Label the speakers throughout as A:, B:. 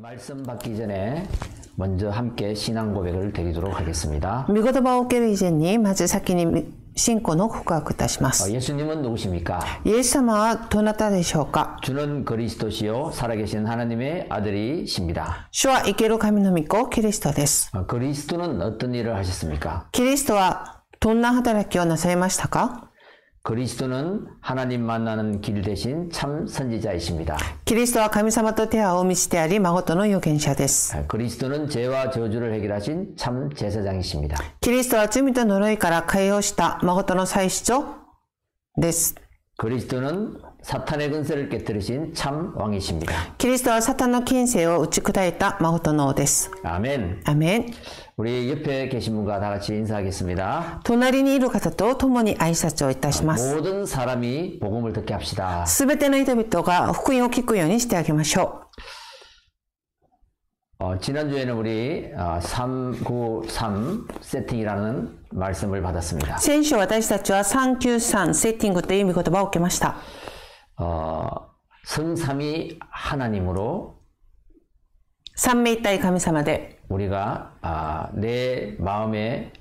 A: 말씀 받기 전에 먼저 함께 신앙 고백을 드리도록ハ
B: 御言葉を受ける以前にまず先に信仰の告白いたしま
A: 어,
B: す
A: 예수님은 누구십니까?
B: イエス様はどなたでしょうか
A: 주는 그리스도시요 살아계신 하나님의 아들이십니다.
B: 主は生ける神の御子キリストです
A: 어, 그리스도는 어떤 일을 하셨습니까?
B: キリストはどんな働きをなさいましたか
A: 그리스도는 하나님 만나는 길 대신 참 선지자이십니다.
B: キリストは神様と手をお道であり孫との預言者です
A: 어, 그리스도는 죄와 저주를 해결하신 참 제사장이십니다.
B: キリストは罪と呪いから解放した孫との祭司長です
A: 그리스도는 사탄의 근세를 깨뜨리신 참 왕이십니다.
B: キリストはサタンの権勢を打ち砕いた孫との王です
A: 아멘.
B: アメン
A: 우리 옆에 계신 분과 다 같이 인사하겠습니다.
B: 隣にいる方と共に挨拶をいたします。
A: 모든 사람이 복음을 듣게 합시다.
B: すべての人々が福音を聞くようにしてあげましょ
A: 어, 지난주에는 우리 어, 393 세팅이라는 말씀을
B: う。
A: 받았습니다.
B: 先週私たちは393セッティングという見言葉を受けました。
A: 어, 성삼이 하나님으로
B: 三名一体神様で
A: 우리가 아, 내 마음에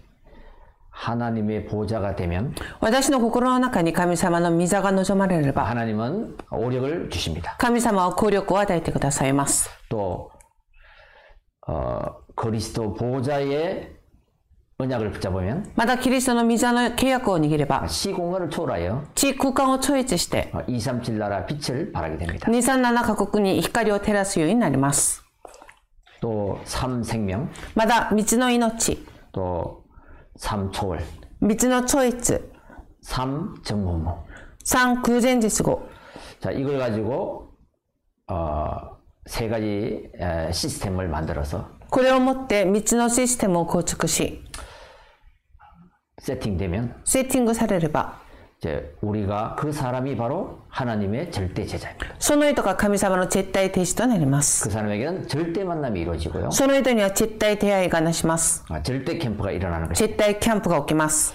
A: 하나님의 보좌가 되면
B: 私の心の中に神様の御座が望まれれば
A: 하나님은 오력을 주십니다.
B: 神様は効力を与えてくださいます。
A: 또 어, 그리스도 보좌의 언약을 붙잡으면
B: またキリストの御座の契約を握れば
A: 시공간을 초월하여
B: 地空間を超越して
A: 어237 나라 빛을 발하게 됩니다.
B: 237カ国に光を照らすようになります。
A: 또 삼생명,
B: また道の命、
A: 또 삼초월,
B: 道の超越、
A: 삼정무무.
B: 三空前日後、
A: 자, 이걸 가지고 어, 세 가지 에, 시스템을 만들어서
B: これをもって3つのシステムを構築し、
A: 세팅되면
B: セッティングされれば、
A: 이제 우리가 그 사람이 바로 하나님의 절대 제자입니다.
B: その人が神様の絶対停止となります。
A: 그 사람에게는 절대 만남이 이루어지고요.
B: その人には絶対出会いがなします。
A: 아, 절대 캠프가 일어나는 것이.
B: 絶対キャンプが起きます。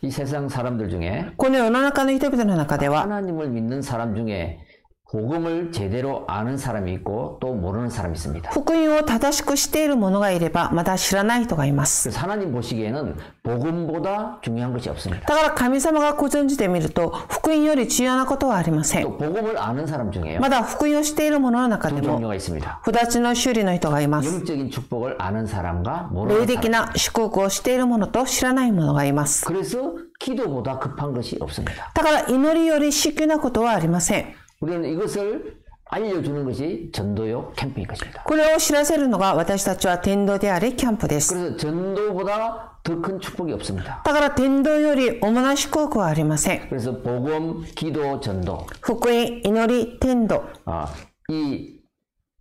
A: 이 세상 사람들 중에
B: この世の中の人々の中では、
A: 하나님을 믿는 사람 중에 복음을 제대로 아는 사람이 있고 또 모르는 사람이 있습니다.
B: 福音を正しくしている者がいれば、まだ知らない人がいます。
A: 그래서 하나님 보시기에는 복음보다 중요한 것이 없습니다.
B: だから神様がご存知で見ると、福音より重要なことはありません。
A: 또 복음을 아는 사람 중에요.
B: まだ福音をしている者の中で
A: 두
B: も、
A: 종류가 있습니다.
B: 二つの修理の人がいます。
A: 영적인 축복을 아는 사람과
B: 霊
A: 모르는 사람.
B: 的な祝福をしている者と知らない者がいます。
A: 그래서 기도보다 급한 것이 없습니다.
B: だから祈りより至急なことはありません。
A: 우리는 이것을 알려주는 것이 전도요 캠핑인 것입니다.
B: これを知らせるのが私たちは天道でありキャンプです。
A: 그래서 전도보다 더 큰 축복이 없습니다.
B: だから天道より主な祝福はありません。
A: 그래서 복음, 기도, 전도 아,
B: 福音、祈り、天道。
A: 이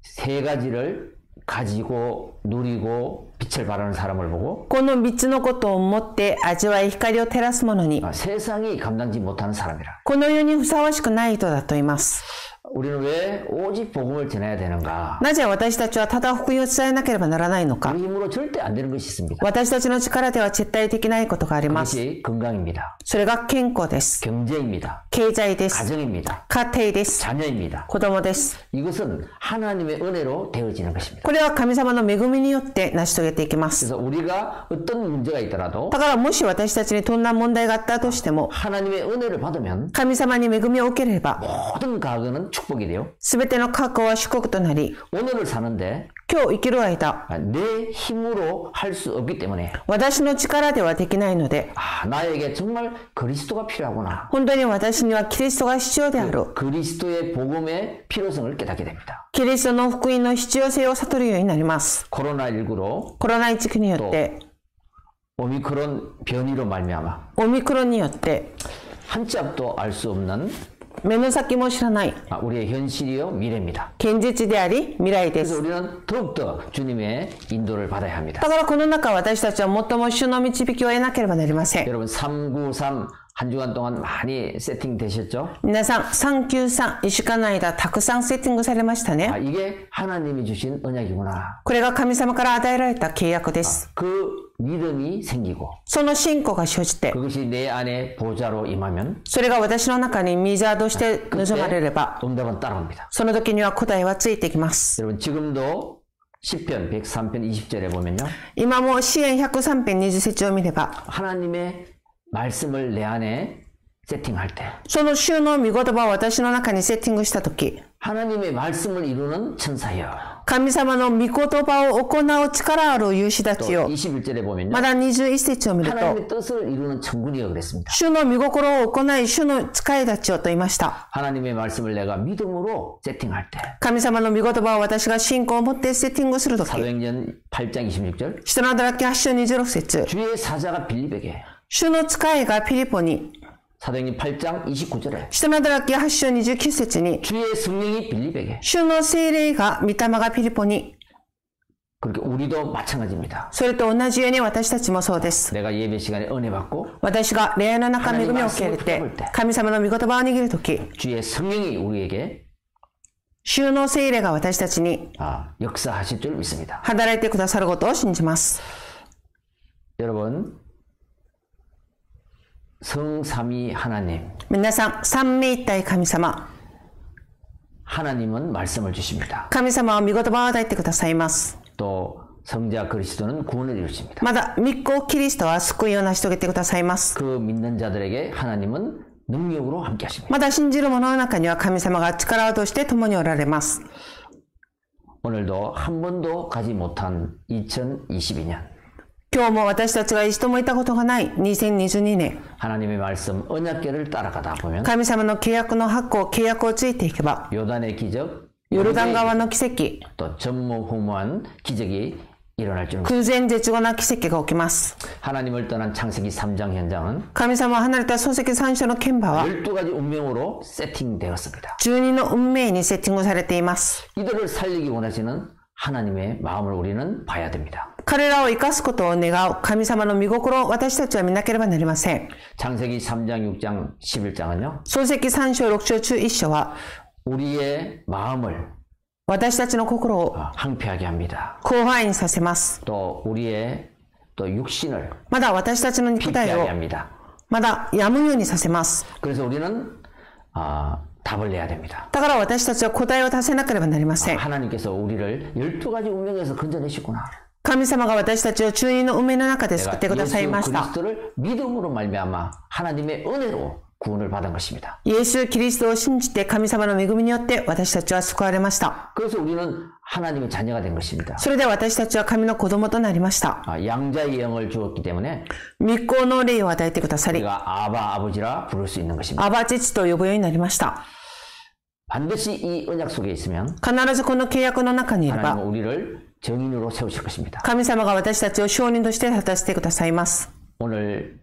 A: 세 가지를 가지고 누리고 빛을 발하는 사람을 보고
B: この三つのことを持って味わい光を照らす者に、
A: 아, 세상이 감당지 못하는 사람이라.
B: この世にふさわしくない人だと言います。
A: 우리는 왜 오직 복음을 전해야 되는가?
B: なぜ私たちはただ福音を伝えなければならないのか。
A: 우리 힘으로 절대 안 되는 것이 있습니다.
B: 私たちの力では絶対できないことがあります。
A: 그것이 건강입니다.
B: それが健康です。
A: 경제입니다.
B: 経済です。
A: 가정입니다.
B: 家庭です。
A: 자녀입니다.
B: 子供です。
A: 이것은 하나님의 은혜로 되어지는 것입니다.
B: これは神様の恵みによって成し遂げていきます。
A: 그래서 우리가 어떤 문제가 있더라도
B: だからもし私たちにどんな問題があったとしても、
A: 하나님의 은혜를 받으면
B: 神様に恵みを受ければ、
A: 모든 과거는 축복이 돼요.
B: すべての過去は祝福となり、
A: 오늘을 사는데
B: 今日生きる間、
A: 아, 내 힘으로 할 수 없기 때문에
B: 私の力ではできないので、
A: 아, 나에게 정말 그리스도가 필요하구나.
B: 本当に私にはキリストが必要である。
A: 그리스도의 복음의 필요성을 깨닫게 됩니다.
B: キリストの福音の必要性を悟るようになります。
A: 코로나19로
B: コロナ1期によって、
A: 오미크론 변이로 말미암아
B: オミクロンによって、
A: 한 짝도 알 수 없는
B: 目の先も知らない、
A: 아, 우리의 현실이요 미래입니다.
B: 現実であり、未来で
A: 그래서
B: す。
A: 우리는 더욱더 주님의 인도를 받아야 합니다.
B: だからこの中、私たちは最も主の導きを得なければなりません。
A: 여러분 393 한 주간 동안 많이セッティング 되셨죠?
B: 皆さん、393、1週間の間、たくさんセッティングされましたね。
A: 아, 이게 하나님이 주신 언약이구나.
B: これが神様から与えられた契約です。
A: 그 믿음이 생기고
B: その信仰が生じて、
A: 그것이 내 안에 보좌로 임하면
B: それが私の中にミザーとして
A: 그때
B: 望まれれば、
A: 응답은 따라옵니다.
B: その時には答えはついてきます。
A: 여러분 지금도 10편 103편 20절에 보면요.
B: 今も支援103編20節を見れば、
A: 하나님의 말씀을 내 안에 세팅할 때
B: その主の御言葉を私の中にセッティングしたとき、
A: 하나님의 말씀을 이루는 천사여.
B: 神様の御言葉を行う力ある勇士た
A: 또
B: ちよ。
A: 21절에 보면요.
B: まだ21節を見ると、
A: 하나님의 뜻을 이루는 천군이여 그랬습니다.
B: 主の御心を行い、主の使いたちよと言いました。
A: 하나님의 말씀을 내가 믿음으로 세팅할 때
B: 神様の御言葉を私が信仰を持ってセッティングするとき、
A: 사도행전 8장 26절
B: 人の働き8章26節、
A: 주의 사자가 빌립에게
B: 主の使いがピリポに、
A: 사도행전 8장 29절에
B: 人の働き8章29節に、
A: 주의 성령이 빌립에게
B: 主の聖霊が、御霊がピリポに、
A: 그렇게 우리도 마찬가지입니다.
B: それと同じように私たちもそうです。
A: 내가 예배 시간에 은혜 받고 私
B: 私が恋愛の中恵みを受け入れて、神様の御言葉を握るとき、
A: 주의 성령이 우리에게
B: 収納聖霊が私たちに
A: 아, 역사하실 줄 믿습니다.
B: 働いてくださることを信じます。
A: 여러분 성삼위 하나님
B: 皆さん、三名一体神様。
A: 하나님은 말씀을 주십니다.
B: 神様は御言葉を与えてくださいます。
A: 또 성자 그리스도는 구원을 이루십니다.
B: まだ、密航キリストは救いを成し遂げてくださいます。
A: 그 믿는 자들에게 하나님은 능력으로 함께 하십니다.
B: まだ信じる者の中には神様が力を通して共におられます。
A: 오늘도 한 번도 가지 못한 2022년
B: 今日も私たちが一度もいたことがない2022年、
A: 하나님의 말씀 언약계를 따라가다 보면
B: 神様の契約の発行、契約をついていけば、
A: 요단의 기적,
B: ヨルダン川の奇跡、
A: 또 전무후무한 기적이 일어날 줄 믿습니다.
B: 空前絶後な奇跡が起きます。
A: 하나님을 떠난 창세기 3장 현장은
B: 神様を離れた創世記三章の剣馬は、
A: 12가지 운명으로 세팅되었습니다.
B: 住人の運命にセッティングされています。
A: 이들을 살리기 원하시는 하나님의 마음을 우리는 봐야 됩니다.
B: 彼らを生かすことを願う神様の御心を私たちは見なければなりません。
A: 창세기 3장, 6장, 11장은요.
B: 創世記3章6章中1章は、
A: 우리의 마음을
B: 私たちの心を
A: 항폐하게 합니다.
B: 広範囲にさせます。
A: 또 우리의 또 육신을
B: まだ私たちの肉体
A: 피폐하게
B: を
A: 합니다.
B: まだやむようにさせます。
A: 그래서 우리는 아, 답을 내야 됩니다.
B: だから私たちは答えを出せなければなりません。
A: 하나님께서 우리를 12가지 운명에서 건져내시구나.
B: 神様が私たちを中人の運命の中で救
A: 내가
B: ってください
A: 예수
B: ました。
A: 그리스도를 믿음으로 말미암아 하나님의 은혜로 구원을 받은 것입니다.
B: イエス・キリストを信じて神様の恵みによって私たちは救われました。
A: 그래서 우리는 하나님의 자녀가 된 것입니다.
B: それで私たちは神の子供となりました。
A: 아, 양자의 영을 주었기 때문에
B: 密航の霊を与えてくださり、
A: 우리가 아바 아버지라 부를 수 있는 것입니다.
B: アバ父と呼ぶようになりました。
A: 반드시 이 언약 속에 있으면
B: 必ずこの契約の中にいれば、
A: 하나님은 우리를 정인으로 세우실 것입니다.
B: 神様が私たちを証人として立たせてくださいます。
A: 오늘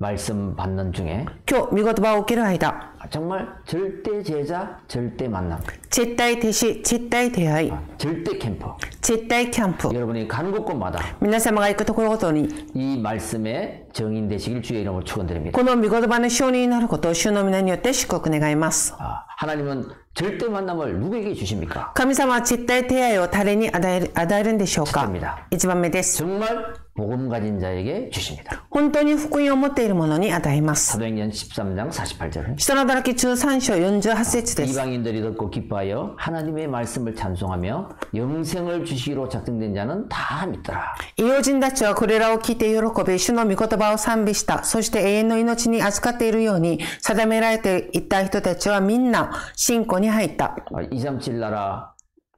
A: 말씀 받는 중에
B: 今日、見言葉を受ける間、
A: 아, 정말 절대 제자, 절대 만남,
B: 絶対弟子、絶対出会い、
A: 절대 캠퍼.
B: 絶対キャンプ、
A: 여러분이 가는 곳곳마다
B: 皆様が行くところごとに、
A: 이 말씀에 정인 되시길 주의 이름으로 축원드립니다.
B: この見言葉の証人になることを主の皆によって祝福願います。
A: 아, 하나님은 절대 만남을 누구에게 주십니까?
B: 神様は絶対出会いを誰に与える与えるんでしょうか
A: 주십니다.
B: 一番目です。
A: 정말 복음 가진 자에게 주십니다.
B: 本当に福音を持っている者に与えます。
A: 사도행전 13장 48절은
B: 人の働き13章48節です。
A: 이방인들이 듣고 기뻐하여 하나님의 말씀을 찬송하며 영생을 주시기로 작정된 자는 다 믿더라.
B: 異邦人たちはこれらを聞いて喜び、主の御言葉を賛美した。そして永遠の命に預かっているように、定められていた人たちはみんな信仰に入った。
A: 237 아, 나라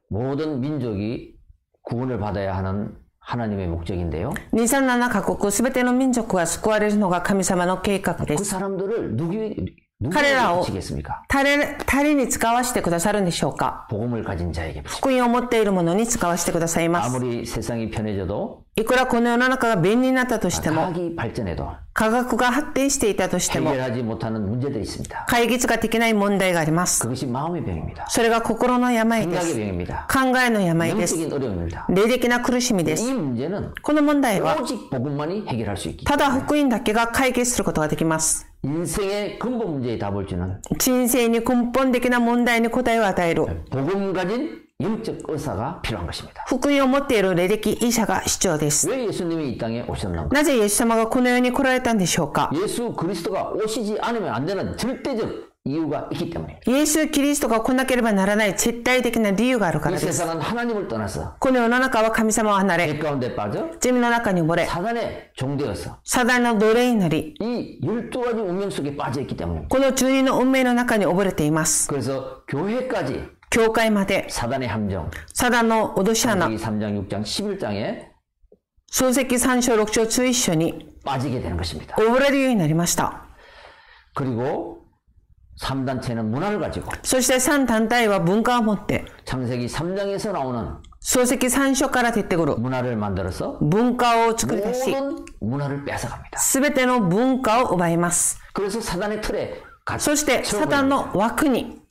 A: 모든 민족이 구원을 받아야 하는 하나님의 목적인데요.
B: 237カ国すべての民族が救われるのが神様の計画で
A: 그
B: す。
A: 사람들을 누구 누구에게
B: 카레라오.
A: 붙이겠습니까?
B: 誰、誰に使わせてくださるんでしょうか
A: 복음을 가진 자에게 붙이.
B: 福音を持っている者に使わせてくださいます。
A: 아무리 세상이 편해져도
B: いくらこの世の中が便利になったとしても、
A: 과학이 발전해도
B: 科学が発展していたとしても、
A: 해결하지 못하는 문제들이 있습니다.
B: 解決ができない問題があります。
A: 그것이 마음의 병입니다.
B: それが心の病で
A: 생각의
B: す。
A: 병입니다.
B: 考えの病です。
A: 영적인 어려움입니다.
B: 霊的な苦しみです。
A: 이 문제는
B: この問題は、
A: 오직 복음만이 해결할 수 있기.
B: ただ福音だけが解決することができます。
A: 인생의 근본 문제의 답을 주는
B: 人生に根本的な問題に答えを与える、
A: 복음 가진 영적 의사가 필요한 것입니다.
B: 福音を持っている霊的医者が主張です。
A: 왜 예수님이 이 땅에 오셨는가?
B: なぜイエス様がこの世に来られたんでしょうか
A: 예수 그리스도가 오시지 않으면 안 되는 절대적 이유가 있기 때문에
B: イエス・キリストが来なければならない絶対的な理由があるから
A: 이
B: です。
A: 세상은 하나님을 떠나서
B: この世の中は神様を離
A: 배
B: れ、
A: 가운데 빠져
B: 罪の中に溺れ、
A: 사단의 종되어서
B: サダンの奴隷になり、
A: 이 12가지 운명 속에 빠져있기 때문에
B: この十人の運命の中に溺れています。
A: 그래서 교회까지
B: 教会まで、
A: 사단의 함정
B: サダンの脅し穴、
A: 여기 3장 6장 11장에
B: 漱石三章六章中一緒に
A: 빠지게 되는 것입니다.
B: 溺れるようになりました。
A: 그리고 3단체는 문화를 가지고
B: そして三団体は文化を持って、
A: 창세기 3장에서 나오는
B: 漱石三章から出てくる
A: 문화를 만들어서
B: 文化を作り出し、
A: 모든 문화를 뺏어갑니다.
B: すべての文化を奪います。
A: 그래서 사단의 틀에
B: そし
A: 갇혀
B: て、サタンの枠に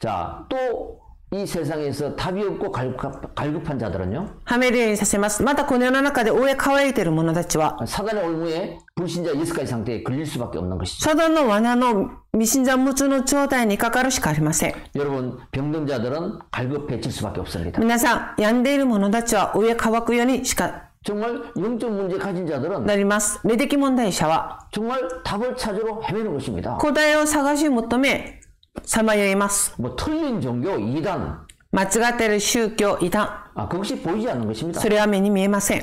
A: 자, 또 이 세상에서 답이 없고 갈급, 갈급한 자들은요.
B: はめるようにさせます。またこの世の中で追え乾いている者たちは、
A: 사단의 올무에 불신자 예스가지 상태에 걸릴 수밖에 없는 것이죠.
B: サダンの罠の未信者無痛の状態にかかるしかありません。
A: 여러분, 병든 자들은 갈급해질 수밖에 없습니다.
B: 皆さん、病んでいる者たちは追え乾くようにしか
A: 정말 영적 문제 가진 자들은
B: なります。霊的問題者は、
A: 정말 답을 찾으러 헤매는 것입니다.
B: 答えを探し求め、さまよいます。
A: 뭐 틀린 종교 이단
B: 間違っている宗教、異端。
A: 아, 그것이 보이지 않는 것입니다.
B: それは目に見えません。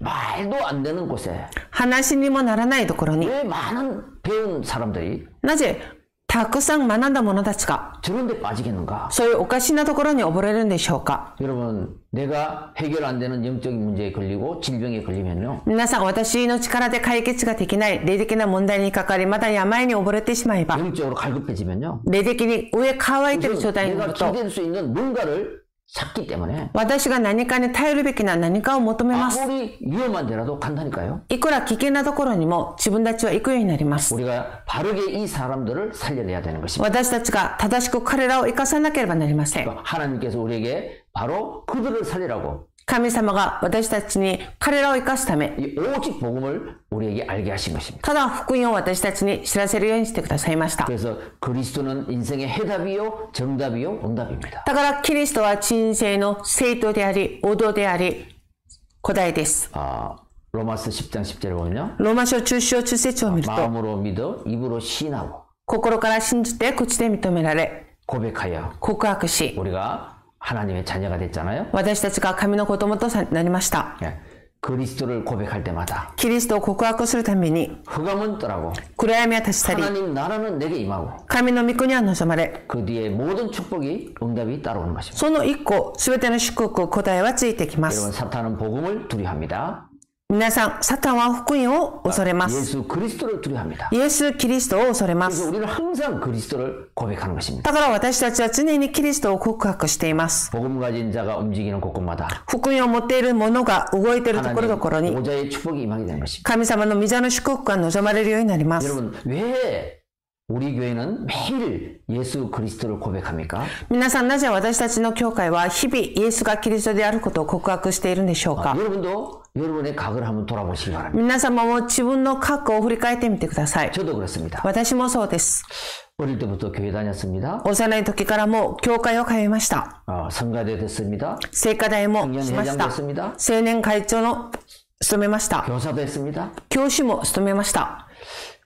A: 말도 안 되는 곳에
B: 話にもならないところに、
A: 왜 많은 배운 사람들이
B: なぜ、たくさん学んだ者たちが、
A: 저런 데 빠지겠는가?
B: そういうおかしなところに溺れるんでしょうか
A: 여러분, 내가 해결 안 되는 영적인 문제에 걸리고 질병에 걸리면요.
B: 皆さん、私の力で解決ができない、霊的な問題にかかり、また病に溺れてしまえば、
A: 영적으로 갈급해지면요.
B: 霊的に上乾いてる状
A: 그래서
B: 態にな
A: 내가
B: ると、
A: 기댈 수 있는 뭔가를 찾기 때문에
B: 私が何かに頼るべきな何かを求めます。
A: 아무리 위험한 데라도 간다니까요.
B: いくら危険なところにも自分たちは行くようになります。
A: 우리가 바르게 이 사람들을 살려내야 되는 것입니다.
B: 私たちが正しく彼らを生かさなければなりません。
A: 하나님께서 우리에게 바로 그들을 살리라고
B: 神様が私たちに彼らを生かすため、
A: 이 오직 복음을 우리에게 알게 하신 것입니다.
B: ただ福音を私たちに知らせるようにしてくださいました。
A: 그래서 그리스도는 인생의 해답이요, 정답이요, 응답입니다.
B: だからキリストは人生の正当であり、王道であり、答えです。
A: 아, 로마스 10장 10절에 보면요.
B: ローマ書中小中節を見ると、
A: 마음으로 믿어 입으로 신하고
B: 心から信じて口で認められ
A: 고백하여
B: 告白し
A: 우리가 하나님의 자녀가 됐잖아요.
B: 私たちが神の子供となりました
A: 예. 그리스도를 고백할 때마다
B: キリストを告白するために
A: 흑암은 떠나고
B: 暗闇は立ち去り
A: 하나님 나라는 내게 임하고
B: 神の御国は望まれ
A: 그 뒤에 모든 축복이 응답이 따라오는 것입니다.
B: その一個全ての祝福答えはついてきま
A: 여러분
B: す
A: 사탄은 복음을 두려합니다.
B: 皆さんサタンは福音を恐れます
A: 예수 그리스도를 두려합니다.
B: イエス・キリストを恐れま
A: 그래서
B: す
A: 우리는 항상 그리스도를 고백하는 것입니다.
B: だから私たちは常にキリストを告白しています
A: 복음 가진 자가 움직이는 곳곳마다
B: 福音を持っている者が動いているところどころ
A: 하나님
B: に
A: 오자의 축복이 임하게 되는 것입니다.
B: 神様の御座の祝福が望まれるようになります
A: 여러분 왜 우리 교회는 매일 예수 그리스도를 고백합니까?
B: 皆さん、なぜ私たちの教会は日々イエスがキリストであることを告白しているんでしょう
A: 아.
B: か
A: 여러분도 여러분의 각을 한번 돌아보시기 바랍니다.
B: 皆様も自分の過去を振り返ってみてください。
A: 저도 그렇습니다.
B: 私もそうです。
A: 어릴 때부터 교회 다녔습니다.
B: 幼い時からもう教会を通いました。
A: 어, 성가대 됐습니다.
B: 聖火台もしまし
A: 청년회장
B: た。
A: 됐습니다.
B: 青年会長の務めました。
A: 교사도 했습니다.
B: 教師も務めました。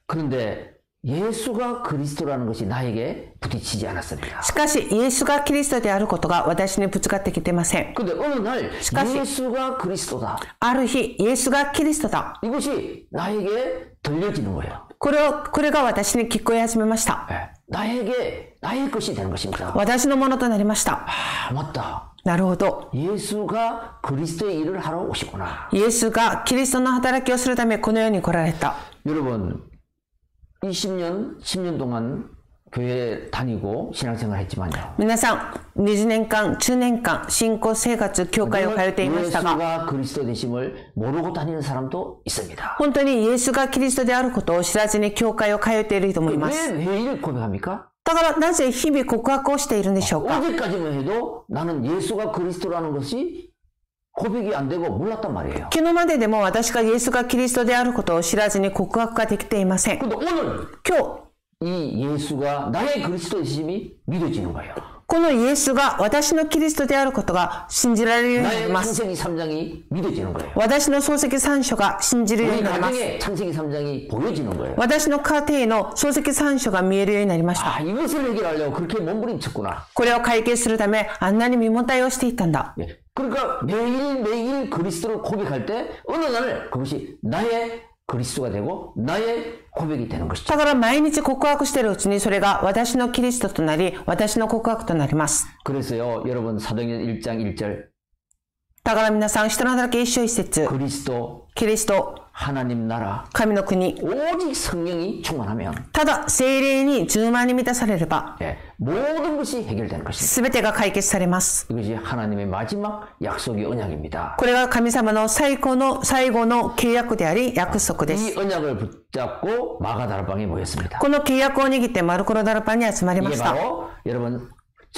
A: 그런데 예수가 그리스도라는 것이 나에게 부딪히지 않았습니다.
B: しかし、イエスがキリストであることが私にぶつかってきてません。
A: 근데 어느 날
B: 스카시.
A: 예수가 그리스도다.
B: ある日、イエスがキリストだ。
A: 이것이 나에게 들려지는 거예요.
B: これを、これが私に聞こえ始めました。
A: 예. 나에게 나의 것이 되는 것입니다.
B: 私のものとなりました。
A: 아, 맞다.
B: なるほど。
A: 예수가 그리스도의 일을 하러 오시구나.
B: イエスがキリストの働きをするためこの世に来られた。
A: 여러분, 20년, 10년 동안 교회 다니고 신앙생활 했지만요.
B: 皆さん、20年間、10年間、信仰生活、教会を通っていましたが、
A: 예수가 그리스도 되심을 모르고 다니는 사람도 있습니다.
B: 本当にイエスがキリストであることを知らずに教会を通っている人もいます。
A: 왜 회의를 고백합니까?
B: だからなぜ日々告白をしているんでしょうか
A: 어제까지만 해도 나는 예수가 그리스도라는 것이 고백이 안 되고 몰랐단 말이에요.
B: 昨日まででも私がイエスがキリストであることを知らずに告白ができていません。
A: 근데 오늘
B: 今日、
A: 이 예수가 나의 그리스도 되심이 믿어지는 거예요.
B: このイエスが私のキリストであることが信じられるようになり
A: 나의
B: ます。
A: 창세기 3장이 믿어지는 거예요.
B: 私の漱石三書が信じるよう
A: 우리
B: になります。
A: 가정의 창세기 3장이 보여지는 거예요.
B: 私の家庭の漱石三書が見えるようになりました。
A: 아 이것을 해결하려고 그렇게 몸부림쳤구나.
B: これを解決するため、あんなに身もたえをしていたんだ。
A: 예. 그러니까 매일 매일 그리스도를 고백할 때 어느 날 그것이 나의 그리스도가 되고 나의 고백이 되는 것이죠.
B: だから毎日告白しているうちにそれが私のキリストとなり、私の告白となります。
A: 그래서요 여러분 사도행전 1장 1절
B: だから皆さん、人の働き一生一節、
A: 그리스도
B: キリスト、
A: 하나님 나라
B: 神の国、
A: 오직 성령이 충만하면
B: ただ精霊に充満に満たされれば、
A: 예, 모든 것이 해결되는 것입니다.
B: すべてが解決されます。
A: 이것이 하나님의 마지막 약속의 언약입니다.
B: これが神様の最高の最後の契約であり、約束です。
A: 이 언약을 붙잡고 마가다락방에 모였습니다.
B: この契約を握ってマルコロダルパに集まりま
A: 이게
B: した。
A: 바로 여러분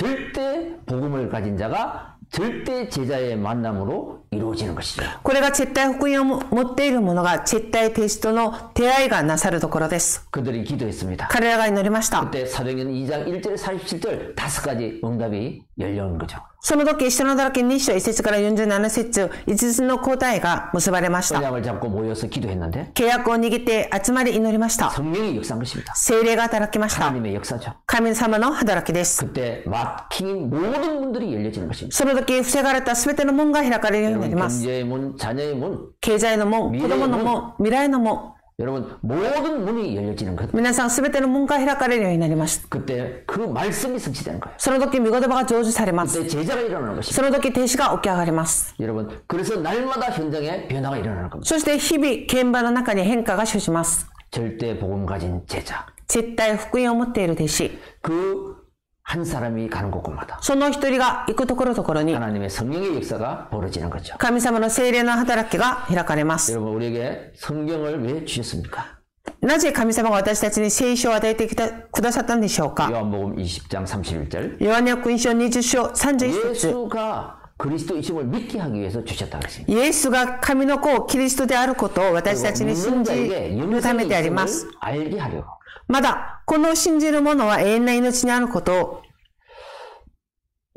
A: 절대 복음을 가진 자가 절대 제자의 만남으로 이루어지는 것이죠.
B: これが絶対福音を持っている者が絶対ペストの出会いがなさるところです。
A: 그들이 기도했습니다.
B: 彼らが祈りました。
A: 그때 사도행전 2장 1절 47절 다섯 가지 응답이 열려온 거죠.
B: その時、人の働き2章1節から47節、5つの答えが結ばれました。
A: 언약을 잡고 모여서 기도했는데
B: 契約を握って集まり祈りました。
A: 성령이 역사한 것입니다.
B: 精霊が働きました。
A: 하나님의 역사죠.
B: 神様の働きです。
A: 그때 막힌 모든 문들이 열려지는 것입니다.
B: その時、防がれた全ての門が開かれるようになり
A: 여러분
B: ます。
A: 경제의 문, 자녀의 문,
B: 経済の門、子
A: 未来の
B: 供
A: 門
B: の門、未来の門、
A: 여러분 모든 문이 열려지는 것.
B: 皆さん全ての門が開かれるようになります。
A: 그때 그 말씀이 성취되는 거예요.
B: その時、御言葉が成就されます。
A: 그때 제자가 일어나는 것입니다.
B: その時、弟子が起き上がります。
A: 여러분 그래서 날마다 현장에 변화가 일어나는 겁니다.
B: そして日々現場の中に変化が生じます。
A: 절대 복음 가진 제자
B: 絶対福音を持っている弟子。
A: 그 한 사람이 가는 곳곳마다
B: その一人が行くところどころに
A: 하나님의 성령의 역사가 벌어지는 거죠.
B: 神様の精霊の働きが開かれます。
A: 여러분 우리에게 성경을 왜 주셨습니까?
B: なぜ神様が私たちに聖書を与えてきたくださったんでしょうか
A: 요한복음 20장 31절
B: ヨハネ福音書20章31節
A: 예수가 그리스도이심을 믿게 하기 위해서 주셨다고 했습니다.
B: イエスが神の子をキリストであることを私たちに信
A: 믿는
B: じ
A: 자에게
B: るため
A: 영생의
B: でありま
A: 이름을
B: す。
A: 알게 하려고
B: まだ、この信じる者は永遠な命にあることを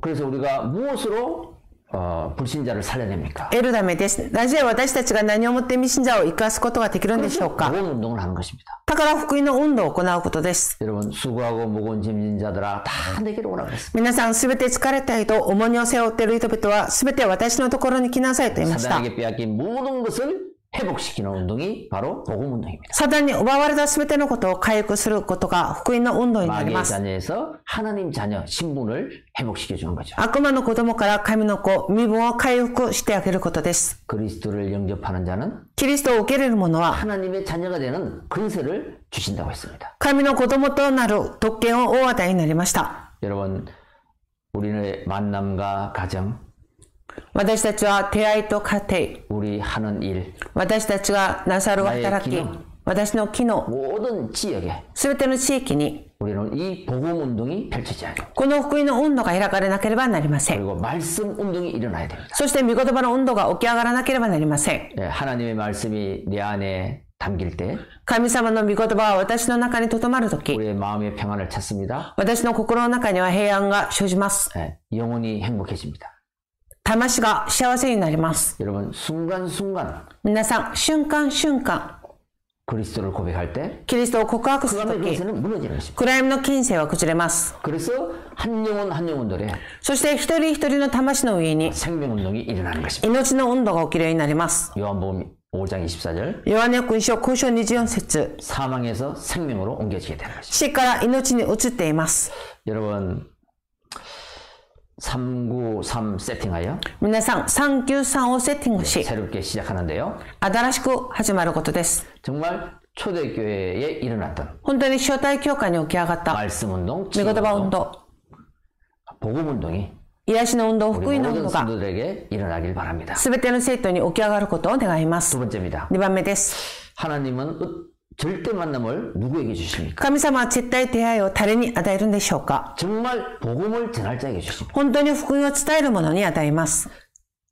A: 그래서 우리가 무엇으로 어, 불신자를 살려냅니까?
B: 得るためです。なぜ私たちが何をもって未信者を生かすことができるんでしょうか
A: 복음 운동을 하는 것입니다.
B: だから福音の運動を行うことです。
A: 여러분 수고하고 무거운 짐진 자들아 다 내게로 오라 그랬습니다.
B: 皆さん、すべて疲れた人、重荷を背負っている人々は、すべて私のところに来なさいと言いました。
A: 사단에게 빼앗긴 모든 것을 회복시키는 운동이 바로 복음 운동입니다.
B: サタンに奪われたすべてのことを回復することが福音の運動にな
A: 마귀의
B: ります。
A: 자녀에서 하나님 자녀 신분을 회복시켜 주는 거죠.
B: 悪魔の子供から神の子、身分を回復してあげることです。
A: 그리스도를 영접하는 자는
B: キリストを受け入れる者は、
A: 하나님의 자녀가 되는 근세를 주신다고 했습니다.
B: 神の子供となる特権を大与えになりました。
A: 여러분 우리의 만남과 가정,
B: 私たちは出会いと家庭、
A: 우리 하는 일,
B: 私たちがなさる働き
A: 前へ機能、
B: 私の機能、
A: 모든 지역에
B: すべての地域に、
A: 우리는 이 복음 운동이 펼쳐져야 됩니다.
B: この福音の運動が開かれなければなりません。
A: 그리고 말씀 운동이 일어나야 됩니다.
B: そして御言葉の温度が起き上がらなければなりません。
A: 예, 하나님의 말씀이 내 안에 담길 때
B: 神様の御言葉は私の中に留まるとき、
A: 우리의 마음의 평안을 찾습니다.
B: 私の心の中には平安が生じます。
A: 예, 영혼이 행복해집니다.
B: 魂が幸せになります。
A: 여러분 순간순간
B: 皆さん、瞬間瞬間、
A: 그리스도를 고백할 때
B: キリストを告白すると
A: 그감의
B: き、
A: 근세는 무너지는 것입니다.
B: 暗闇の金星は崩れます。
A: 그래서 한 영혼 한 영혼들의
B: そして一人一人の魂の上に
A: 생명 운동이 일어나는 것입니다.
B: 命の温度が起きるようになります。
A: 요한복음 5장 24절
B: ヨハネ君書交渉24節
A: 사망에서 생명으로 옮겨지게 되는 것입니다.
B: 死から命に移っています。
A: 여러분 393 세팅하여
B: 皆さん、393をセッティングし、
A: 새롭게 시작하는데요.
B: 新しく始まることです。
A: 정말 초대교회에 일어났던
B: 本当に初代教会に起き上がった
A: 말씀 운동,
B: 御
A: 치유
B: 言葉運
A: 운동,
B: 動、
A: 복음 운동이
B: 癒しの運動、福
A: 우리
B: 音の運
A: 모든
B: 動が
A: 성도들에게 일어나길 바랍니다.
B: すべての生徒に起き上がることを願いま
A: 두
B: す。
A: 번째입니다.
B: 2番目です。
A: 하나님은 어- 절대 만남을 누구에게 주십니까?
B: 神様は絶対出会いを誰に与えるんでしょうか
A: 정말 복음을 전할 자에게 주십니다.
B: 本当に福音を伝える者に与えます。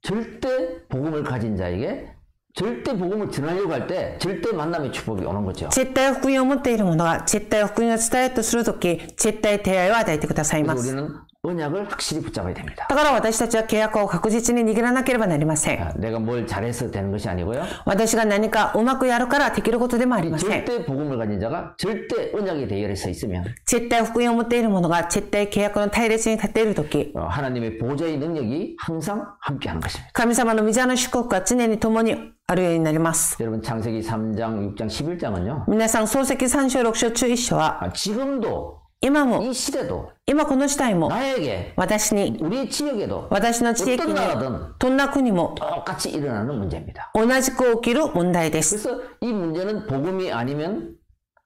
A: 절대 복음을 가진 자에게 절대 복음을 전하려고 할 때 절대 만남의 축복이 오는 거죠.
B: 絶対福音を持っている者が絶対福音を伝えようとするとき、絶対出会いを与えてくださいま
A: 그래서
B: す。
A: 우리는 언약을 확실히 붙잡아야 됩니다.
B: だから私たちは契約を確実に握らなければなりません。
A: 아, 내가 뭘 잘해서 되는 것이 아니고요.
B: 私が何かうまくやるからできることでもありません。
A: 절대 복음을 가진 자가 절대 언약의 대열에 서 있으면
B: 絶対福音を持っている者が絶対契約の対立に立っているとき、
A: 어, 하나님의 보좌의 능력이 항상 함께하는 것입니다.
B: 神様の御座の祝福が常に共にあるようになります。
A: 여러분 창세기 3장, 6장, 11장은요. 아,
B: 皆さん、漱石3章6章中1章は、
A: 지금도
B: 今も、
A: 이 시대도
B: 今この時代も、
A: 나에게
B: 私に、
A: 우리 지역에도
B: 私の地域に
A: 어떤나라든 、
B: どんな国も、
A: 똑같이 일어나는 문제입니다.
B: 同じく起きる問題です。
A: 그래서 이 문제는 복음이 아니면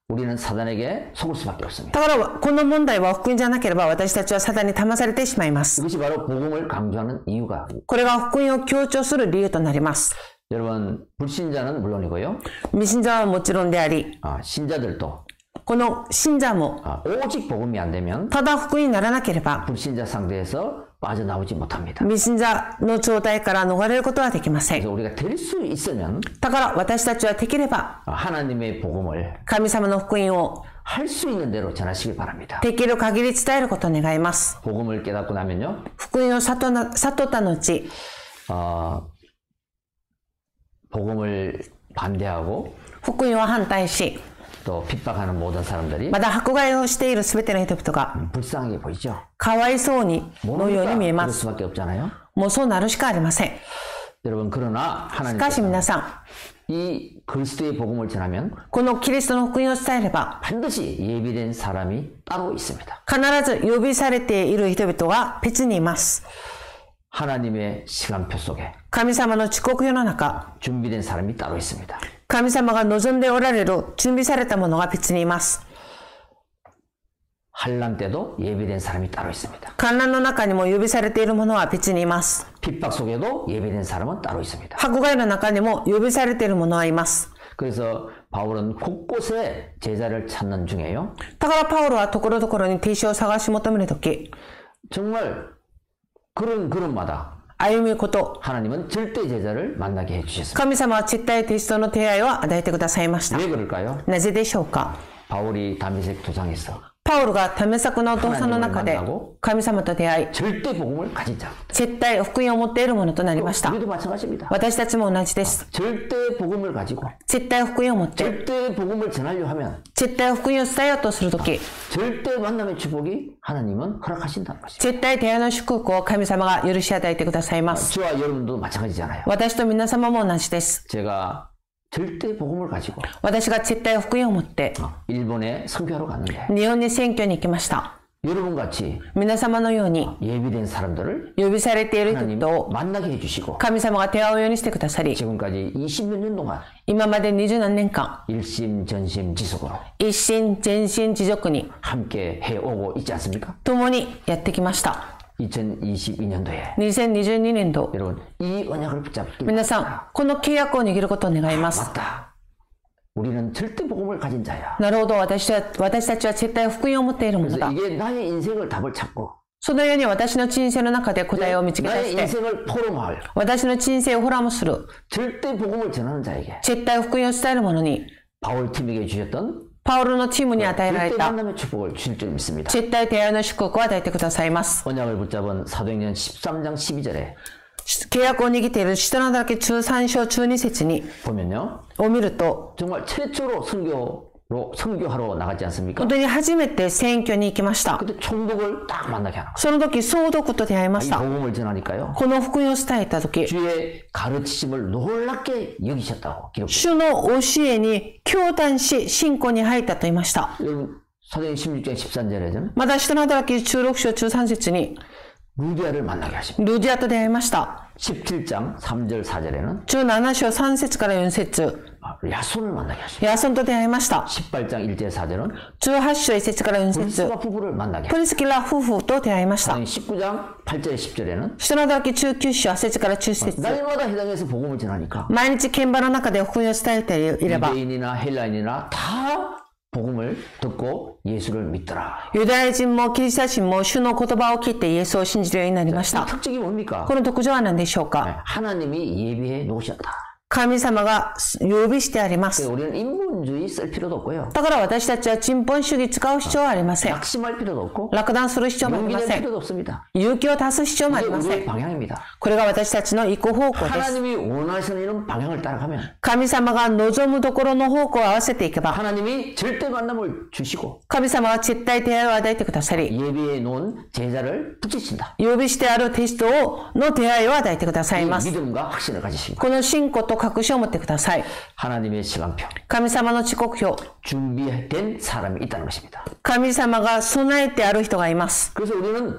A: 우리는 사단에게 속을 수밖에 없습니다.
B: だから、この問題は福音じゃなければ私たちはサタンに騙されてしまいます。
A: 이것이 바로 복음을 강조하는 이유가
B: これが福音を強調する理由となります。
A: 여러분 불신자는 물론이고요.
B: 未信者はもちろんであり、
A: 아, 신자들도
B: この信者も、
A: 아, 오직 복음이 안 되면
B: ただ福音にならなければ、
A: 불신자 상대에서 빠져나오지 못합니다.
B: 未信者の状態から逃れることはできません。
A: 그래서 우리가 될 수 있으면
B: だから私たちはできれば、
A: 아, 하나님의 복음을
B: 神様の福音を
A: 할 수 있는 대로 전하시길 바랍니다.
B: できる限り伝えることを願います。
A: 복음을 깨닫고 나면요.
B: 福音を悟な悟った後、
A: 어, 복음을 반대하고
B: 福音を反対し、
A: 또 핍박하는 모든 사람들이
B: まだ迫害をしている全ての人々が、
A: 불쌍하게 보이죠.
B: かわいそうに、のように見え
A: 그럴
B: ます。
A: 수밖에 없잖아요.
B: もうそうなるしかありません。
A: 여러분 그러나
B: しかし
A: 하나님께서
B: 皆さ
A: 이 그리스도의 복음을 전하면
B: ん、このキリストの福音を伝えれば、
A: 반드시 예비된 사람이 따로 있습니다.
B: 必ず呼びされている人々が別にいます。
A: 하나님의 시간표 속에
B: 神様の遅刻世の中、
A: 준비된 사람이 따로 있습니다.
B: 神様が望んでおられる準備されたものが別にいます。
A: 환란 때도 예비된 사람이 따로 있습니다.
B: 観覧の中にも呼びされているものは別にいます。
A: 핍박 속에도 예비된 사람은 따로 있습니다.
B: 迫害の中にも呼びされているものはいます。
A: 그래서 바울은 곳곳에 제자를 찾는 중에요.
B: だからパウロはところどころに弟子を探し求めるとき、
A: 정말 그런 그런마다
B: 歩みゆくこと、
A: 하나님은 절대 제자를 만나게 해주셨습니다.
B: 神様は絶対弟子との出会いを与えてくださいました。
A: 왜 그럴까요?
B: なぜでしょうか
A: 바울이 다메섹 도상에서
B: パウロが試作の動作の中で
A: 神様に学ぼ
B: 神様と出会い、
A: 절대 복음을 가진 자.
B: 絶対福音を持っているものとなりました。
A: 우리도 마찬가지입니다.
B: 私たちも同じです。
A: 절대 복음을 가지고
B: 絶対福音を持って、
A: 절대 복음을 전하려 하면
B: 絶対福音を伝えようとするとき、
A: 절대 만남의 축복이 하나님은 허락하신다는 것이죠.
B: 絶対出会いの祝福を神様が許し与えてくださいます。
A: 저와 여러분도 마찬가지잖아요.
B: 私と皆様も同じです。
A: 제가 절대 복음을 가지고
B: 私が絶対福音を持って、
A: 일본에 선교하러 갔는데
B: 日本に選挙に行きました。
A: 여러분 같이
B: 皆様のように、
A: 예비된 사람들을
B: 呼びされている人
A: 하나님
B: 々を
A: 만나게 해주시고
B: 神様が手を合うようにしてくださり、
A: 지금까지 20몇 년 동안
B: 今まで二十何年間、
A: 일심전심지속으로
B: 一心全身持続に、
A: 함께 해오고 있지 않습니까?
B: 共にやってきました。
A: 2022년도에
B: 2022年度、
A: 여러분 이 언약을 붙잡기
B: 皆さん、この契約を握ることを願います。
A: 맞다. 우리는 절대 복음을 가진 자야.
B: なるほど、私は私たちは絶対福音を持っているもの
A: 그래서
B: だ。
A: 이게 나의 인생을 답을 찾고
B: そのように私の人生の中で答えを見つけ出
A: 나의
B: して、
A: 인생을 포럼할
B: 私の人生をホラーもする、
A: 절대 복음을 전하는 자에게
B: 絶対福音を伝える者に、
A: 바울 팀에게 주셨던
B: パウロのチームに与えられ
A: 절대
B: た、
A: 만남의 축복을 주실 줄 믿습니다.
B: 絶対出会いの祝福を与えてくださいます。
A: 언약을 붙잡은 사도행전 13장 12절에
B: 契約を握っている使徒の働き中3章中2節に、
A: 보면요.
B: を見ると、
A: 정말 최초로 선교로 선교하러 나갔지 않습니까?
B: 本当に初めて選挙に行きました。
A: 그때 총독을 딱 만나게 하는 거예요.
B: その時、総督と出会いまし
A: 이
B: た。
A: 복음을 전하니까요.
B: この福音を伝えた時、
A: 주의 가르치심을 놀랍게 여기셨다고 기록.
B: 主の教えに共談し、信仰に入ったと言いました。
A: 여러분 사도행전 16장 13절에는
B: また、人の働き16章中3節に、
A: 루디아를 만나게 하십니다.
B: ルディアと出会いました。
A: 17장 3절 4절에는
B: 17章3節から4節
A: 야손을 만나게 하십니다.
B: ヤソンと出会いました。
A: 18장 1절 4절은
B: 18章1節から4
A: 이
B: 節
A: 스가 부부를 만나게 합니다.
B: プリスキラ夫婦と出会いました。
A: 19장 8절 10절에는
B: 人の働き19章8節から10節
A: 날마다 해당해서 복음을 전하니까
B: 毎日現場の中で福音を伝えていれば、
A: 유대인이나 헬라인이나 다 복음을 듣고 예수를 믿더라.
B: ユダヤ人もキリシタ人も主の言葉を聞いてイエスを信じるようになりまし
A: 이
B: た。
A: 특징이 뭡니까?
B: この特徴は何でしょうか
A: 하나님이 예비해 놓으셨다.
B: 神様が呼びしてあります。
A: 우리는 인본주의 쓸 필요도 없고요.
B: だから私たちはチンポン主義使う必要はありません。
A: 낙심할 필요도 없고
B: 落胆する必要もありま
A: 용기낼
B: せん。
A: 필요도 없습니다.
B: 勇気を足す必要もあ
A: 아, 이게
B: りませ
A: 우리의
B: ん。
A: 방향입니다.
B: これが私たちの行く方向です。
A: 하나님이 원하시는 이런 방향을 따라가면
B: 神様が望むところの方向を合わせていけば、
A: 하나님이 절대 만남을 주시고
B: 神様は絶対出会いを与えてくださり、
A: 예비해 놓은 제자를 붙이신다.
B: 呼びしてあるテストをの出会いを与えてくださ
A: 이
B: います。
A: 믿음과 확신을 가지십니다.
B: この信仰と確信を持ってください。
A: 하나님의 시간표
B: 神様の時刻表、
A: 준비된 사람이 있다는 것입니다.
B: 神様が備えてある人がいます。
A: 그래서 우리는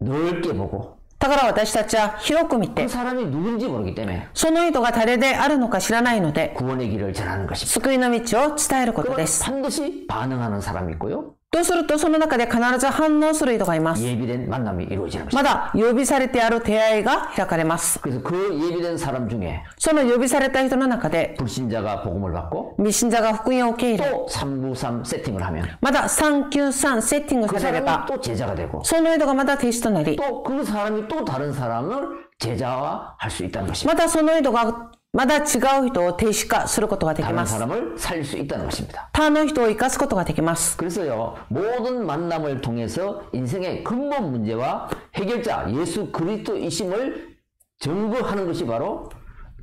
A: 넓게 보고
B: だから私たちは広く見
A: 그
B: て、
A: 사람이 누군지 모르기 때문에
B: その人が誰であるのか知らないので、
A: 구원의 길을 전하는 것입니다.
B: 救いの道を伝えることで
A: 그건
B: す。
A: 반드시 반응하는 사람이 있고요.
B: とすると、その中で必ず反応する人がいます。
A: 예비된 만남이 이루어지는 것입니다.
B: まだ、呼びされてある出会いが開かれます。
A: 그래서 그 예비된 사람 중에
B: その呼びされた人の中で、
A: 불신자가 복음을 받고
B: 未信者が福音を受け入れ、
A: 또 393 세팅을 하면
B: まだ393セッティング
A: 그
B: され
A: 사람은
B: れば、
A: 또 제자가 되고
B: その人がまた停止となり、
A: 또 그 사람이 또 다른 사람을 제자화 할 수 있다는 것입니다.
B: またその人が、まだ違う人を停止化することができ
A: 다른
B: ます。
A: 사람을 살릴 수 있다는 것입니다.
B: 他の人を生かすことができます。
A: 그래서요, 모든 만남을 통해서 인생의 근본 문제와 해결자 예수 그리스도이심을 증거하는 것이 바로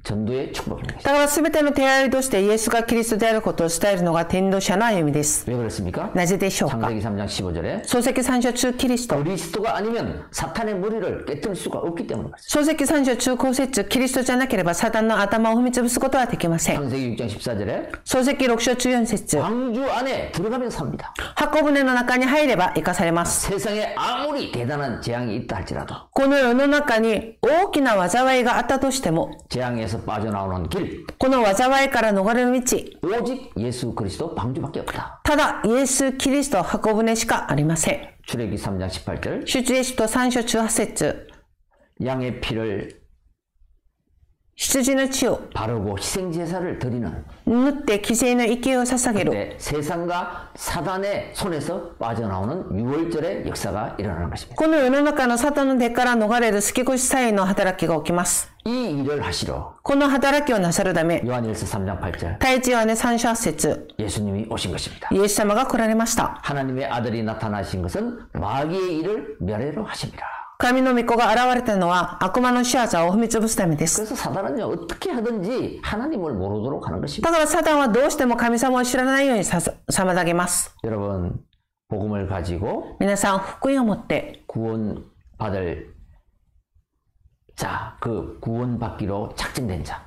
A: 전도의 축복입니다.
B: だから全ての手合いとしてイエスがキリストであることを伝えるのが天道者の歩みです。
A: 왜 네, 그렇습니까?
B: なぜでしょうか
A: 창세기 3장 15절에
B: 漱石三書中キリスト。
A: 그리스도가 아니면 사탄의 머리를 깨뜨릴 수가 없기 때문에 그렇습니다.
B: 漱石三書中高節キリストじゃなければサタンの頭を踏み潰すことはできません。
A: 창세기 6장 14절에
B: 漱石六章中四節
A: 방주 안에 들어가면 삽니다.
B: 箱舟の中に入れば生かされます。
A: 세상에 아무리 대단한 재앙이 있다 할지라도
B: この世の中に大きな災いがあったとしても、
A: 재앙에서 빠져나오는 길
B: この災いから逃れる道、
A: 오직 예수 그리스도 방주밖에 없다.
B: ただイエス・キリスト箱舟しかありません。
A: 출애기 3장 18절
B: 出エジプト三章中八節
A: 양의 피를
B: 羊の血を
A: 바르고 희생 제사를 드리는
B: 縫って犠牲の生贄を捧げる。
A: 때 세상과 사단의 손에서 빠져나오는 6월절의 역사가 일어나는 것입니다.
B: この世の中のサタンの手から逃れる透き越し祭の働きが起きます。
A: 이 일을 하시러
B: この働きをなさるため、
A: 요한일서 3장 8절
B: 第一ヨハネ三章八節
A: 예수님이 오신 것입니다.
B: イエス様が来られました。
A: 하나님의 아들이 나타나신 것은 마귀의 일을 멸해로 하십니다.
B: 神の御子が現れたのは悪魔の仕業を踏み潰すためです。
A: 그래서 사단은요 어떻게 하든지 하나님을 모르도록 하는 것입니다.
B: だからサタンはどうしても神様を知らないようにささ妨げます。
A: 여러분 복음을 가지고
B: 皆さん、福音を持って、
A: 구원받을 자, 그 구원받기로 작정된 자,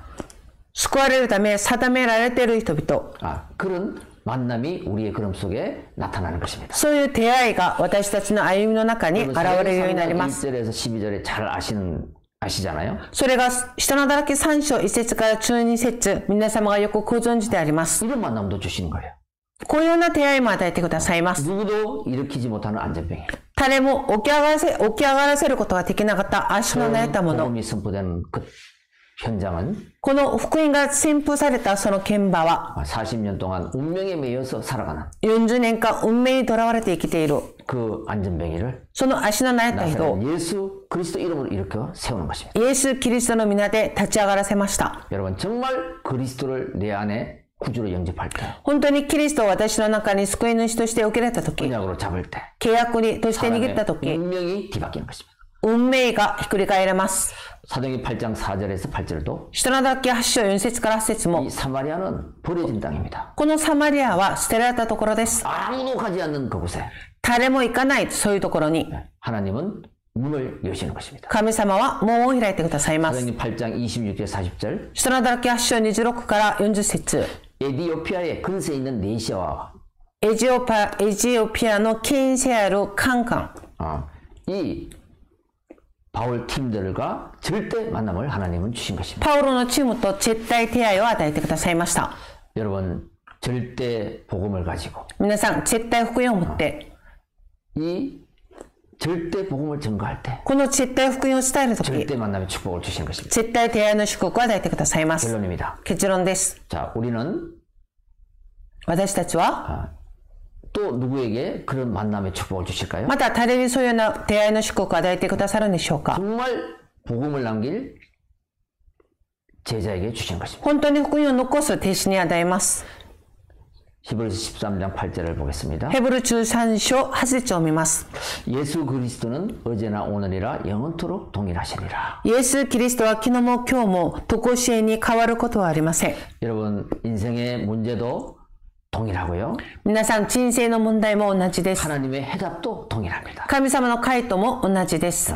B: 救われるため定められている人々、
A: 아, 그런 만남이 우리의 걸음 속에 나타나는 것입니다.
B: そういう出会いが私たちの歩みの中に現れるようになります。
A: 1절에서 12절에 잘 아시는 아시잖아요.
B: それが、下のだらけ3章1節から中2節、皆様がよくご存知であります。
A: 이런 만남도 주시는 거예요.
B: こういうような出会いも与えてくださいます。
A: 누구도 일으키지 못하는 안전병이에요.
B: 誰も起き上がらせ、起き上がらせることができなかった足の悩ったもの。
A: 복음이 선포된 그 현장은
B: この福音が宣布されたその現場は、
A: 40년 동안 운명에 매여서 살아가는
B: 40年間運命にとらわれて生きている、
A: 그 안전병이를
B: その足の悩った人を、
A: 나사렛 예수 그리스도 이름으로 일으켜 세우는 것입니다.
B: イエス・キリストの皆で立ち上がらせました。
A: 여러분 정말 그리스도를 내 안에 구주로 영접할 때
B: 本当にキリストを私の中に救い主として受け入れたとき、
A: 언약으로 잡을 때
B: 契約にとして握
A: 사람의
B: ったとき、
A: 운명이 뒤바뀌는 것입니다.
B: 運命がひっくり返れます。
A: 사도행전 8장 4절에서 8절도
B: 人のだけ8章4節から8節
A: 이
B: も、
A: 사마리아는 버려진 땅입니다.
B: このサマリアは捨てられたところです。
A: 아무도 가지 않는 그곳에
B: 誰も行かない、そういうところに、
A: 하나님은 문을 여시는 것입니다.
B: 神様は門を開いてくださいます。
A: 사도행전 8장 26절 40절
B: 人のだけ8章26から40節
A: 에디오피아의 근세에 있는 네시아와
B: エジオパ、エジオピアの近世あるカンカン。
A: 아, 이 바울 팀들과 절대 만남을 하나님은 주신 것입니다.
B: パウロのチームと絶対手合いを与えてくださいました。
A: 여러분 절대 복음을 가지고
B: 皆さん、絶対福音を持って、
A: 이 절대 복음을 증거할 때
B: この絶対福音を伝えるとき、
A: 절대 만남의 축복을 주시는 것입니다.
B: 絶対出会いの祝福を与えてくださいます。
A: 결론입니다.
B: 結論です。
A: 자, 우리는
B: 私たちは、
A: 또 누구에게 그런 만남의 축복을 주실까요?
B: また誰にそういうような出会いの祝福を与えてくださるんでしょうか
A: 정말 복음을 남길 제자에게 주신 것입니다.
B: 本当に福音を残す弟子に与えます。
A: 히브리서 13장 8절을 보겠습니다.
B: ヘブル13章8節を見ます。
A: 예수 그리스도는 어제나 오늘이라 영원토록 동일하시니라.
B: イエス・キリストは昨日も今日も渡航支援に変わることはありません。
A: 여러분 인생의 문제도 동일하고요.
B: 皆さん、人生の問題も同じです。
A: 하나님의 해답도 동일합니다.
B: 神様の回答も同じです。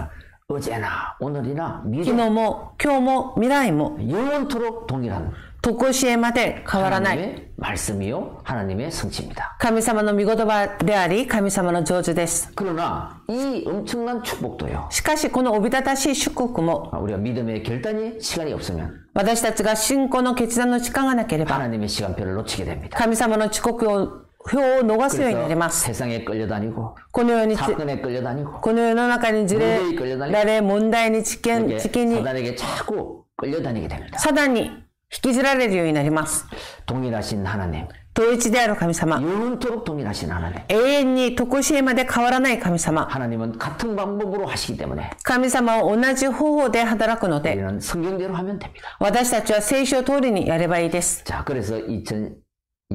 A: 어제나 오늘이나
B: 昨
A: 미래
B: 日も今日も未来も
A: 영원토록 동일한
B: 渡航支援まで変わらない。
A: 하나님의 말씀이요 하나님의 성취입니다.
B: 神様の見言葉であり、神様の成就です。
A: 그러나 이 엄청난 축복도요.
B: しかし、このおびただしい祝福も、
A: 아, 우리가 믿음의 결단이 시간이 없으면
B: 私たちが信仰の決断の時間がなければ、
A: 하나님의 시간표를 놓치게 됩니다.
B: 神様の遅刻を、表を逃すようになります。
A: 세상에 끌려다니고
B: このようにつ、
A: 사건에 끌려다니고
B: この世の中にず
A: 問
B: れ
A: 題に끌려다니
B: られ、問題に知見、
A: 이렇게
B: 知見に、
A: 사단에게 자꾸 끌려다니게 됩니다.
B: サダンに引きずられるようになります。
A: 동일하신 하나님,
B: 統一である神様、
A: 영원토록 동일하신 하나님.
B: 永遠に常しえまで変わらない神様、
A: 하나님은 같은 방법으로 하시기 때문에
B: 神様は同じ方法で働くので、
A: 우리는 성경대로 하면 됩니다.
B: 私たちは聖書通りにやればいいです。
A: 자, 그래서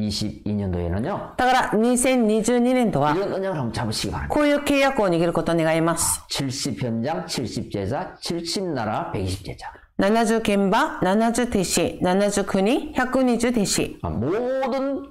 A: 2022년도에는요,
B: だから2022年度は、
A: 이런 언약을 한번 잡으시기 바랍니다.
B: こういう契約を握ることを願います。
A: 70현장, 70제자, 70나라, 120제자.
B: 70現場、70弟子、70国、120弟子、
A: 아, 모든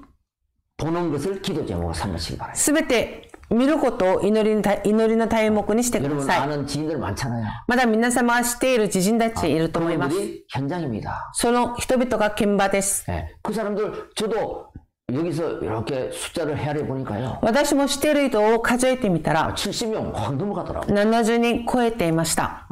A: 보는 것을 기도 제목으로 삼으시기 바랍니다.
B: すべて見ることを祈りのた祈りの題目にしてくだ
A: 여러분
B: さい。
A: 아는 지인들 많잖아요.
B: まだ皆様は知っている知人たちいると思います。
A: 그분들이 현장입니다.
B: その人々が現場です。
A: 예, 그 사람들 저도 여기서 이렇게 숫자를 헤아려 보니까요.
B: 私も知っている人を数えてみたら、
A: 70명 확 넘어가더라고요. 어,
B: 70人超えていました。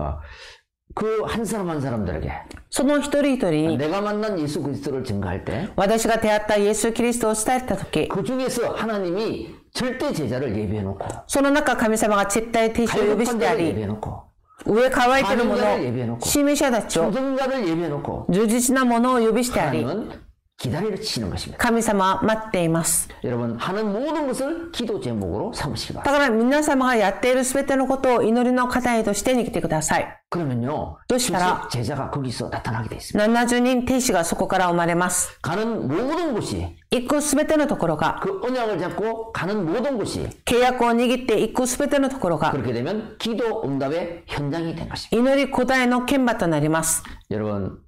A: 그 한 사람 한 사람들에게
B: その一人一人に、
A: 내가 만난 예수 그리스도를 증거할 때 그
B: 私が出会ったイエス・キリストを伝えた時、
A: 중에서 하나님이 절대 제자를 예비해 놓고
B: その中神様が絶対停止を呼
A: 갈급한
B: びしてあ
A: 자를
B: り、
A: 예비해 놓고
B: 上
A: 그
B: 乾いてるも
A: 神々を呼び
B: の
A: の
B: を、
A: 子
B: 新者たちを、
A: 전문가를 예비해 놓고
B: 充実なものを呼びしてあり、
A: 하나님은 기다리를 치는 것입니다.
B: 神様は待っています。
A: 여러분 하는 모든 것을 기도 제목으로 삼으시기 바랍니다.
B: だから皆様がやっているすべてのことを祈りの課題として握ってください。
A: 그러면요
B: 또 시켜라.
A: 70 제자가 거기서 나타나게 돼 있습니다.
B: 70人天使がそこから生まれます。
A: 가는 모든 곳이
B: 一個すべてのところが、
A: 그 언약을 잡고 가는 모든 곳이
B: 契約を握って一個すべてのところが、
A: 그렇게 되면 기도 응답의 현장이 된 것입니다.
B: 祈り答えの剣馬となります。
A: 여러분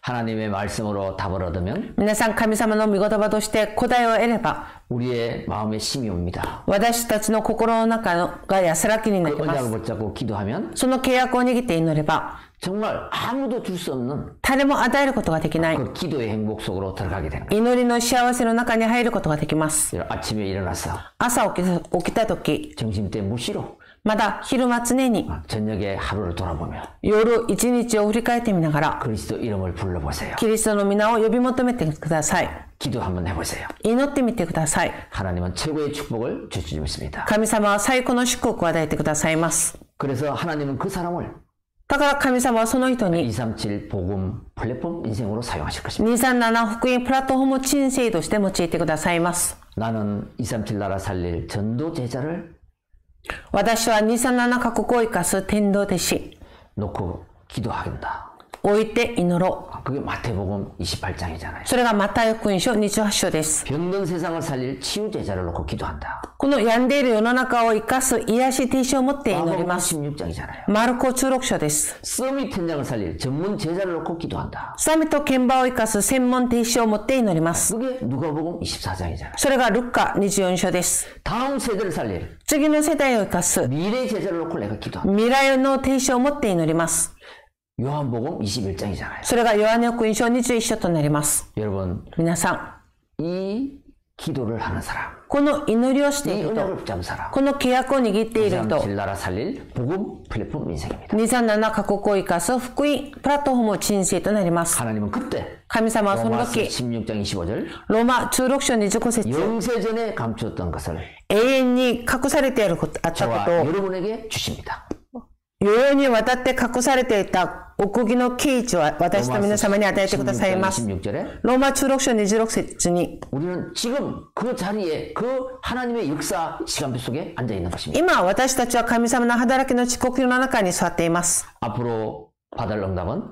A: 하나님의 말씀으로 답을 얻으면
B: 皆さん神様の見言葉として答えを得れば、
A: 우리의 마음에 심이 옵니다.
B: 私たちの心の中が安らぎになり
A: 그
B: ます。
A: 언약을 붙잡고 기도하면
B: その契約を握って祈れば、
A: 정말 아무도 줄 수 없는
B: 誰も与えることができない。
A: 그 기도의 행복 속으로 들어가게 되는 거예요.
B: 祈りの幸せの中に入ることができます。
A: 여러분, 아침에 일어나서
B: 朝起き起きた時、
A: 점심 때 무시로
B: まだ昼間常に
A: 어, 저녁에 하루를 돌아보며
B: 夜一日を振り返ってみながら、
A: 그리스도 이름을 불러보세요.
B: キリストの皆を呼び求めてください。
A: 기도 한번 해보세요.
B: 祈ってみてください。
A: 하나님은 최고의 축복을 주시고 있습니다.
B: 神様は最高の祝福を与えてくださいます。
A: 그래서 하나님은 그 사람을
B: だから神様はその人に、
A: 237 복음 플랫폼 인생으로 사용하실 것입니다.
B: 237福音プラットフォーム鎮静として用いてくださいます。
A: 나는 237 나라 살릴 전도 제자를
B: 私は237カ国を生かす天道弟子、
A: 놓고 기도하겠다.
B: 置いて祈ろう。
A: 그게 마태복음 28장이잖아요.
B: それがマタイ福音書28章です。
A: 병든 세상을 살릴 치유 제자를 놓고 기도한다.
B: この病んでいる世の中を生かす癒し弟子を持って祈り
A: 마가복음
B: ます。
A: 16장이잖아요.
B: マルコ16章です。
A: 서밋 현장을 살릴 전문 제자를 놓고 기도한다.
B: サミット現場を生かす専門弟子を持って祈ります。
A: 그게 누가복음 24장이잖아요.
B: それがルッカ24章です。
A: 다음 세대를 살릴
B: 次の世代を生かす
A: 미래 제자를 놓고 내가 기도한다.
B: 未来の天使を持って祈ります。
A: 요한복음 21장이잖아요.
B: それがヨハネ福音書21章となります。
A: 여러분
B: 皆さ
A: 이 기도를 하는 사람,
B: ん、この祈りをしてい
A: 이
B: る人、
A: 언약을 붙잡은 사람,
B: この契約を握っている人、
A: 237 나라 살릴 복음 플랫폼 인생입니다.
B: 237カ国を生かす福音プラットフォームを鎮静となります。
A: 하나님은 그때
B: 神様はその
A: 로마서
B: 時、
A: 16장 25절
B: ローマ16章25節、
A: 영세전에 감추었던 것을
B: 永遠に隠されてあること、あったこ
A: 저와
B: とを、
A: 여러분에게 주십니다.
B: 余裕にわたって隠されていたお国の刑事を私と皆様に与えてください
A: 16장
B: ます。
A: 26절에
B: ローマ16章26節に、
A: 우리는 지금 그 자리에 그 하나님의 역사 시간표 속에 앉아 있는 것입니다.
B: 今私たちは神様の働きの遅刻の中に座っています。
A: 앞으로 받을 응답은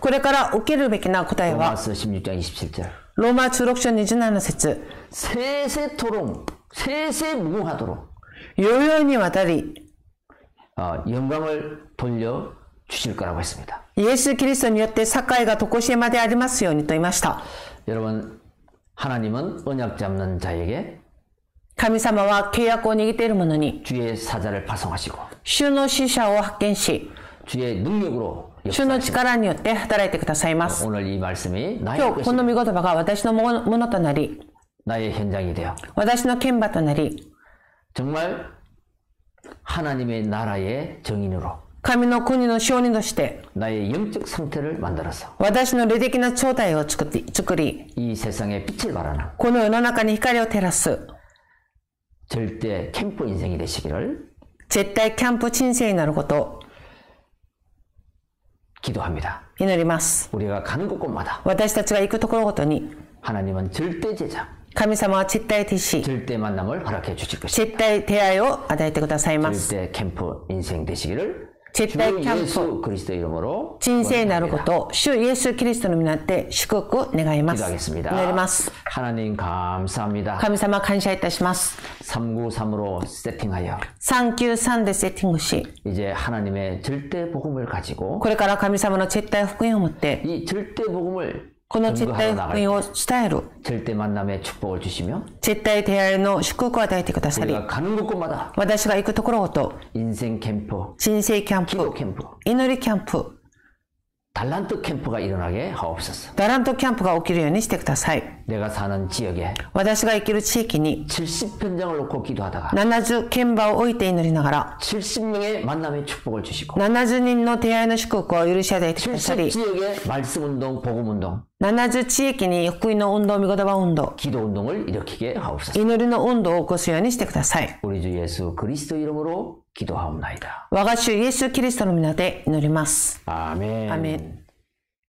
B: これから受けるべきな答えは、
A: 로마서 16장 27절.
B: ローマ16章27節
A: 세세토록 세세무궁하도록
B: 余裕にわたり、
A: 어, 영광을 돌려 주실 거라고 했습니다.
B: イエス・キリストによって堺が常しえまでありますようにと言いました。
A: 여러분 하나님은 언약 잡는 자에게
B: 神様は契約を握っている者に、
A: 주의 사자를 파송하시고
B: 主の使者を発見し、
A: 주의 능력으로
B: 主
A: 역사.
B: の力によって働いてくださいます。
A: 오늘 이 말씀이 나의
B: 今日、この
A: 것이
B: 御言葉が私のもものとなり、
A: 나의 현장이 되어
B: 私の剣馬となり、
A: 정말 하나님의 나라의 정인으로
B: 神の国の証人として、
A: 나의 영적 상태를 만들어서
B: 私の霊的な頂戴を作って作り、
A: 이 세상에 빛을 발하는
B: この世の中に光を照らす、
A: 절대 캠프 인생이 되시기를
B: 絶対キャンプ人生になることを
A: 기도합니다.
B: 祈ります。
A: 우리가 가는 곳곳마다
B: 私たちが行くところごとに、
A: 하나님은 절대 제자,
B: 神様は絶対弟子、
A: 절대 만남을 허락해 주실 것입니다.
B: 絶対出会いを与えてくださいます。
A: 절대 캠프 인생 되시기를 주
B: 절대 캠프.
A: 예수 그리스도의 이름으로
B: 人生になるこ
A: 원합니다.
B: とを、主イエス・キリストの皆で祝福を願います。祈
A: 기도하겠습니다.
B: ります。
A: 하나님 감사합니다.
B: 神様感謝いたします。
A: 393으로 세팅하여
B: 393でセッティングし、
A: 이제 하나님의 절대 복음을 가지고
B: これから神様の絶対福音を持って、
A: 이 절대 복음을
B: この絶対
A: 증거하러
B: 福
A: 나갈
B: 音を伝える、
A: 절대 만남의 축복을 주시며
B: 絶対出会いの祝福を与えてくださり、
A: 우리가 가는 곳곳마다
B: 私が行くところごと、
A: 인생 캠프,
B: 人生キャン
A: 기도
B: プ、
A: 캠프,
B: 祈りキャンプ、
A: 달란트 캠프가 일어나게 하옵소서.
B: ダラントキャンプが起きるようにしてください。
A: 내가 사는 지역에
B: 私が生きる地域に
A: 70편장을 놓고 기도하다가
B: 70鍵盤を置いて祈りながら、
A: 70명의 만남의 축복을 주시고
B: 70人の出会いの祝福を許し与えてくださり
A: 70 지역의 말씀 운동, 복음 운동,
B: 70地域に福音の運動、御言葉運動、
A: 기도 운동을 일으키게 하옵소서.
B: 祈りの運動を起こすようにしてください。
A: 우리 주 예수 그리스도 이름으로 기도하옵나이다.
B: 我が主イエス・キリストの皆で祈ります。
A: 아멘.
B: 아멘.